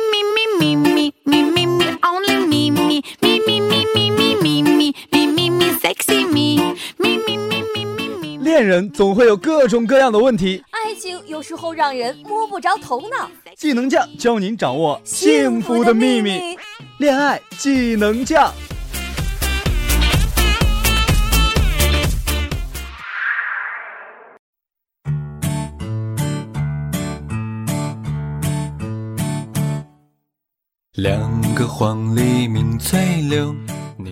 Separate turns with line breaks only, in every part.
me, me, me, me, me, only me, me, me, me, me, me, me, me, me, me, me, me, sexy me, me, me, me, me, me, me.
恋人总会有各种各样的问题，
爱情有时候让人摸不着头脑，
技能架教您掌握幸福的秘密。恋爱技能架。
两个黄鹂鸣翠柳，你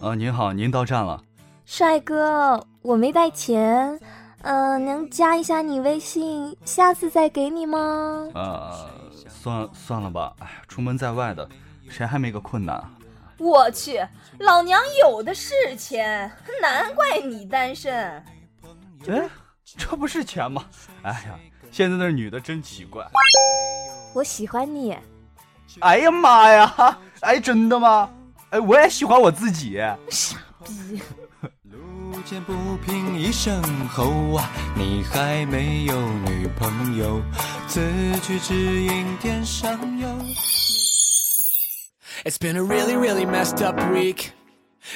啊，您好，您到站了。
帅哥，我没带钱，嗯、能加一下你微信，下次再给你吗？
啊，算算了吧，哎呀，出门在外的，谁还没个困难啊？
我去，老娘有的是钱，难怪你单身。
哎，这不是钱吗？哎呀，现在那女的真奇怪。
我喜欢你，
哎呀妈呀！哎，真的吗？哎，我也喜欢我自己。
逼，
路见不平一声吼啊！你还没有女朋友，此去只应天上有。
It's been a really, really messed up week.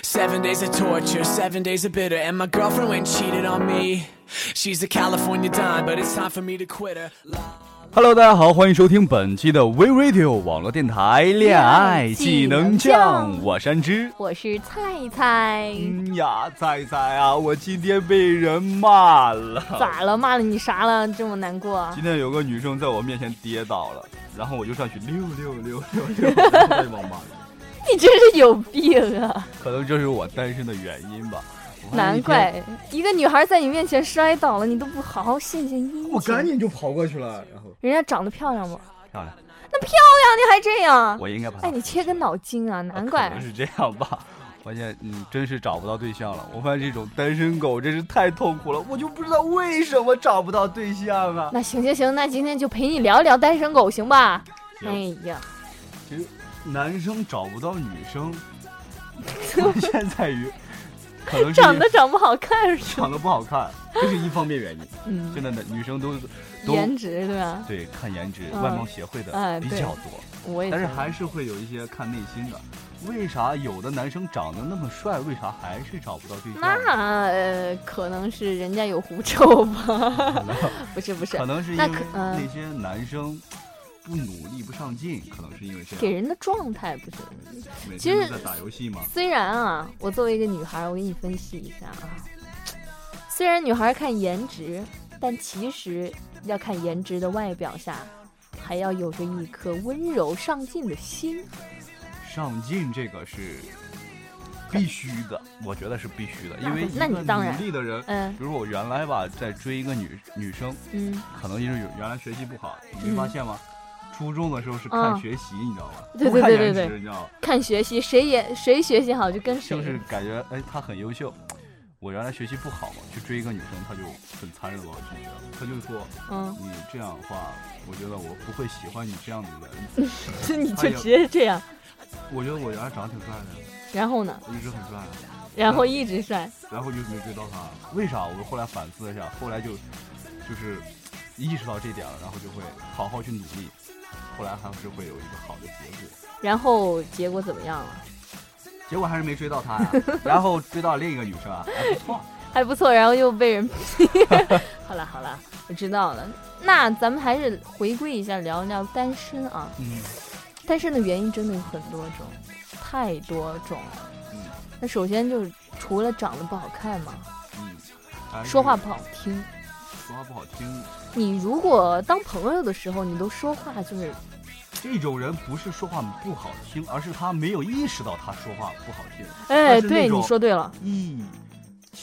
Seven days of torture, seven days of bitter, and my girlfriend went and cheated on me. She's a California dime, but it's time for me to quit her.
Hello，大家好，欢迎收听本期的 We Radio 网络电台恋爱技能酱，我山之。
我是菜菜，
嗯呀，仔仔啊，我今天被人骂了。
咋了？骂了你啥了？这么难过？
今天有个女生在我面前跌倒了，然后我就上去溜溜溜溜溜，然后被我骂了。
你真是有病啊！
可能这是我单身的原因吧。我发现
难
一天
怪一个女孩在你面前摔倒了，你都不好好献献殷勤。
我赶，紧就跑过去了，然后
人家长得漂亮吗？
漂亮，
漂啊亮你还这样？
我应该把她
哎，你缺根脑筋啊！难
可
怪
能是这样吧。发现嗯，真是找不到对象了。我发现这种单身狗真是太痛苦了，我就不知道为什么找不到对象啊。
那行行行，那今天就陪你聊一聊单身狗，行吧？
行
哎呀，
其实男生找不到女生， 关键在于可能是
长
因
得
为
长不好看是吧？
长得不好看，这是一方面原因。
嗯，
现在的女生都都
颜值对吧？
对看颜值、
嗯
外貌协会的
哎
比
对
较多，
我也觉
但是
得
还是会有一些看内心的。为啥有的男生长得那么帅，为啥还是找不到对象？
那呃，可能是人家有狐臭吧？ 不是不是
可，能是因
那
为
可嗯
那些男生不努力、不上进，可能是因为这
给
样。
人的状态不是。
每
其
天
实
都在打游戏嘛，
虽然啊，我作为一个女孩，我给你分析一下啊。虽然女孩看颜值，但其实要看颜值的外表下，还要有着一颗温柔上进的心。
上进这个是必须的，我觉得是必须的，
那
因为
不那
一
你
个
当然
努力的人，
嗯
比如说我原来吧，在追一个女女生，
嗯，
可能因为原来学习不好，你
嗯
没发现吗？初中的时候是
啊
看学习，你知道吗？
对
不看
对对对
颜值
对
你知道吗？
看学习，谁也谁学习好就跟谁。
就是感觉哎，她很优秀。我原来学习不好嘛，去追一个女生，她就很残忍的把我拒绝了。她就说
嗯，
你这样的话，我觉得我不会喜欢你这样的人。
这你就
哎呦
直接这样。
我觉得我原来长得挺帅的，
然后呢？
我一直很帅，啊
然
嗯
后一直帅。
然后就没追到他。为啥？我后来反思了一下，后来就就是意识到这点了，然后就会好好去努力，后来还是会有一个好的结果。
然后结果怎么样了？
结果还是没追到他呀、 然后追到另一个女生啊，还不错。
还不错，然后又被 人。好了好了，我知道了。那咱们还是回归一下，聊聊单身啊。
嗯，
单身的原因真的有很多种，太多种了。
嗯
那首先就是除了长得不好看嘛，
嗯，还是
说话不好听。
说话不好听，
你如果当朋友的时候，你都说话就是
这种人不是说话不好听，而是他没有意识到他说话不好听。但
哎，
是那
对，
种
你说对了。
嗯，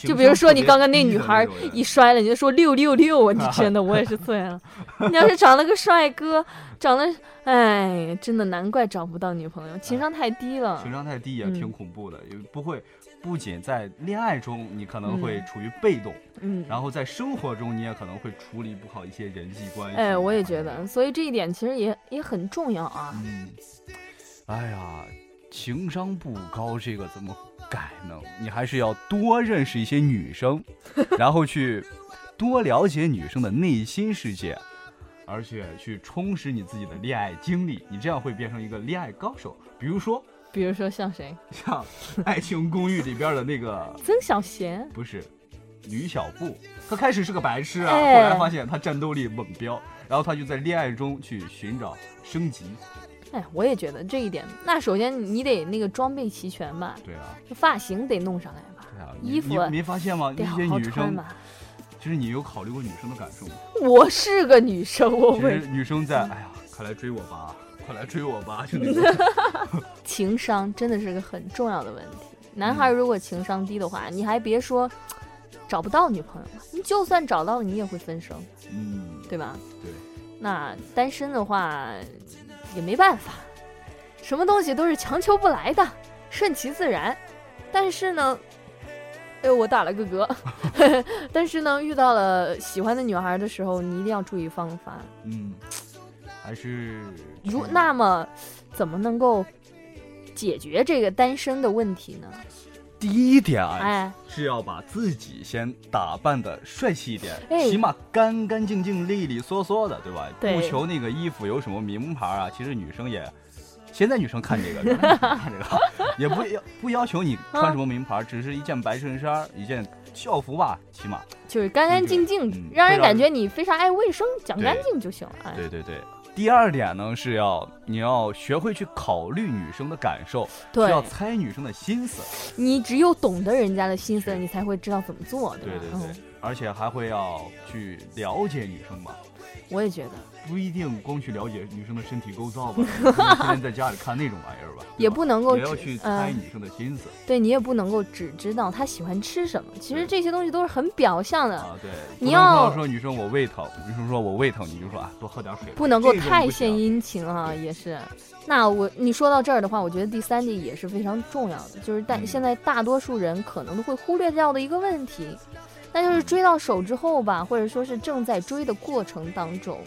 就比如说你刚刚那女孩
情商特别低的那种人
一摔了，你就说六六六，我就 真的我也是醉了。你要是长了个帅哥，长得哎，真的难怪找不到女朋友，情商太低了
情。商太低也
嗯
挺恐怖的，也不会，不仅在恋爱中你可能会处于被动，
嗯，
然后在生活中你也可能会处理不好一些人际关系。
哎，我也觉得，所以这一点其实也也很重要啊。
嗯，哎呀，情商不高这个怎么改呢？你还是要多认识一些 女生，然后去多了解女生的内心世界。而且去充实你自己的恋爱经历，你这样会变成一个恋爱高手。比如说
比如说像谁？
像《爱情公寓》里边的那个，
曾小贤，
不是吕小布，他开始是个白痴啊，
哎
后来发现他战斗力猛飙，然后他就在恋爱中去寻找升级。
哎，我也觉得这一点。那首先你得那个装备齐全吧，
对啊，
发型得弄上来吧，
对啊，你
衣服
你没发现吗？
得
那
好
些
好
女
穿
生，
吧。
其实你有考虑过女生的感受吗？
我是个女生，我
其
会嗯
实女生在，哎呀，快来追我吧，快来追我 吧，就那种。
情商真的是个很重要的问题。男孩如果情商低的话，你还别说找不到女朋友了，你就算找到了，你也会分手，
嗯，
对吧？
对。
那单身的话也没办法，什么东西都是强求不来的，顺其自然。但是呢，哎呦，我打了个嗝。 但是呢，遇到了喜欢的女孩的时候，你一定要注意防范。
嗯，还是
如
去
那么，怎么能够解决这个单身的问题呢？
第一点啊，
哎，
是要把自己先打扮的帅气一点，
哎
起码干干净净、利利索索的，对吧？
对
不求那个衣服有什么名牌啊。其实女生也，现在女生看这个， 原来女生看这个，也不要不要求你穿什么名
啊
牌，只是一件白衬衫，一件校服吧，起码。
就是干干净净
嗯，
让人
会让
感觉你非常爱卫生，讲
对
干净就行了。哎，
对对对。第二点呢，是要你要学会去考虑女生的感受，
对
是要猜女生的心思。
你只有懂得人家的心思，你才会知道怎么做，
对
吧
对？对
嗯，，
而且还会要去了解女生嘛，
嗯我也觉得，
不一定光去了解女生的身体构 造吧，不能天天在家里看那种玩意儿吧，
也
对吧
不能够
也要
只
去
呃
猜女生的心思、
对你也不能够只知道他喜欢吃什么，其实
对
这些东西都是很表象的，
啊，对，
呃你
不能光
要
说女生我胃疼，女生说我胃疼，你就说啊多喝点水吧，
不能够
这种
太
不行
献殷勤啊，也是。那我你说到这儿的话，我觉得第三点也是非常重要的，就是但
嗯
现在大多数人可能都会忽略掉的一个问题，那就是追到手之后吧，或者说是正在追的过程当中，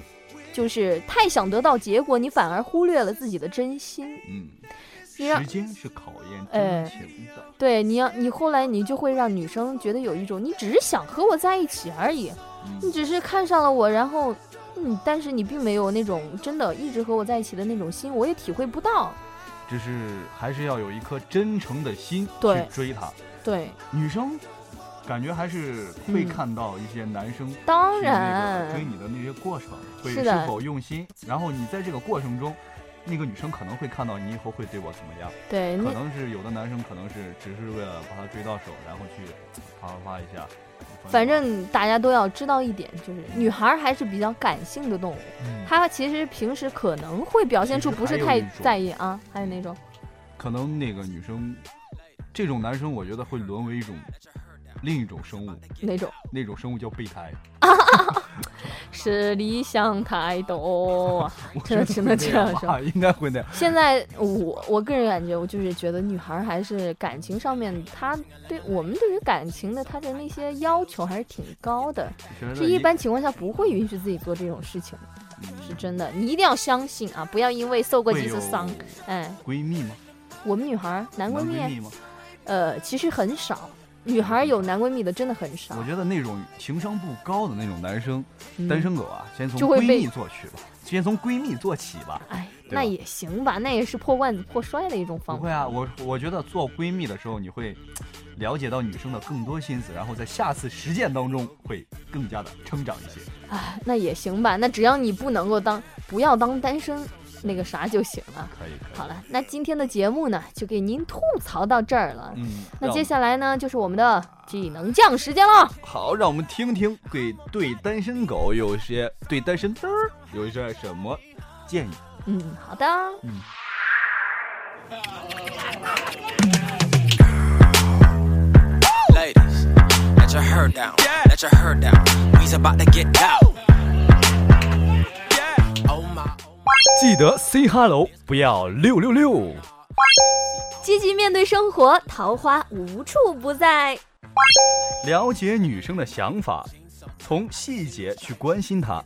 就是太想得到结果，你反而忽略了自己的真心。
嗯，
你让
时间是考验
哎
真情的，
对，你要你后来你就会让女生觉得有一种你只是想和我在一起而已，你
嗯，
只是看上了我，然后嗯，但是你并没有那种真的一直和我在一起的那种心，我也体会不到。
只是还是要有一颗真诚的心
对
去追她，
对，
女生。感觉还是会
嗯
看到一些男生
当
去那个追
然，
你的那些过程，会
是
是
的
否用心？然后你在这个过程中，那个女生可能会看到你以后会对我怎么样？
对，
可
那
能是有的男生可能是只是为了把她追到手，然后去啪啪啪一下。
反正大家都要知道一点，就是女孩儿还是比较感性的动物，
嗯
她其实平时可能会表现出不是
其实还
太
有一种
在意啊，还有那种
可能那个女生，这种男生我觉得会沦为一种另一种生物，
那种
那种生物叫备 胎。
是理想太 多，
我
真的
觉得
真的
会
这
那
样是
吧，应该会那样。
现在我我个人感觉，我就是觉得女孩儿还是感情上面，她对我们对于感情的她的那些要求还是挺高的，
觉得
是一般情况下不会允许自己做这种事情，
嗯
是真的。你一定要相信啊，不要因为受过
会
几
有
次伤，哎，
闺蜜吗？
我们女孩儿男闺
男闺
蜜，啊
蜜吗？
呃，其实很少，女孩儿有男闺蜜的真的很少
我，觉得那种情商不高的那种男生，
嗯
单。身狗啊，先从
就会
闺
被
蜜做起吧，先从闺蜜做起吧。
哎，
对
那
吧
也行吧，那也是破罐子破摔的一种
不
方法。
会啊，我我觉得做闺蜜的时候，你会了解到女生的更多心思，然后在下次实践当中会更加的成长一些。
哎，那也行吧，那只要你不能够当，不要当单身那个啥就行了。
可以，可
好
以。
了，那今天的节目呢，就给您吐槽到这儿了。
嗯，
那
让
接下来呢，就是我们的技能酱时间了。
好，让我们听听对对单身狗有些对单身嘚儿有一些什么建议。
嗯，好的。
嗯记得 say hello，不要六六六。
积极面对生活，桃花无处不在。
了解女生的想法，从细节去关心她。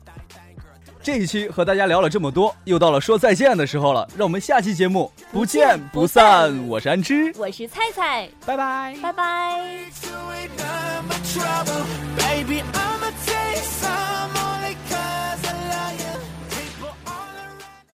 这一期和大家聊了这么多，又到了说再见的时候了，让我们下期节目不见不散。我是安之，
我是菜菜，
拜拜。
拜拜。
Baby, I'ma take some more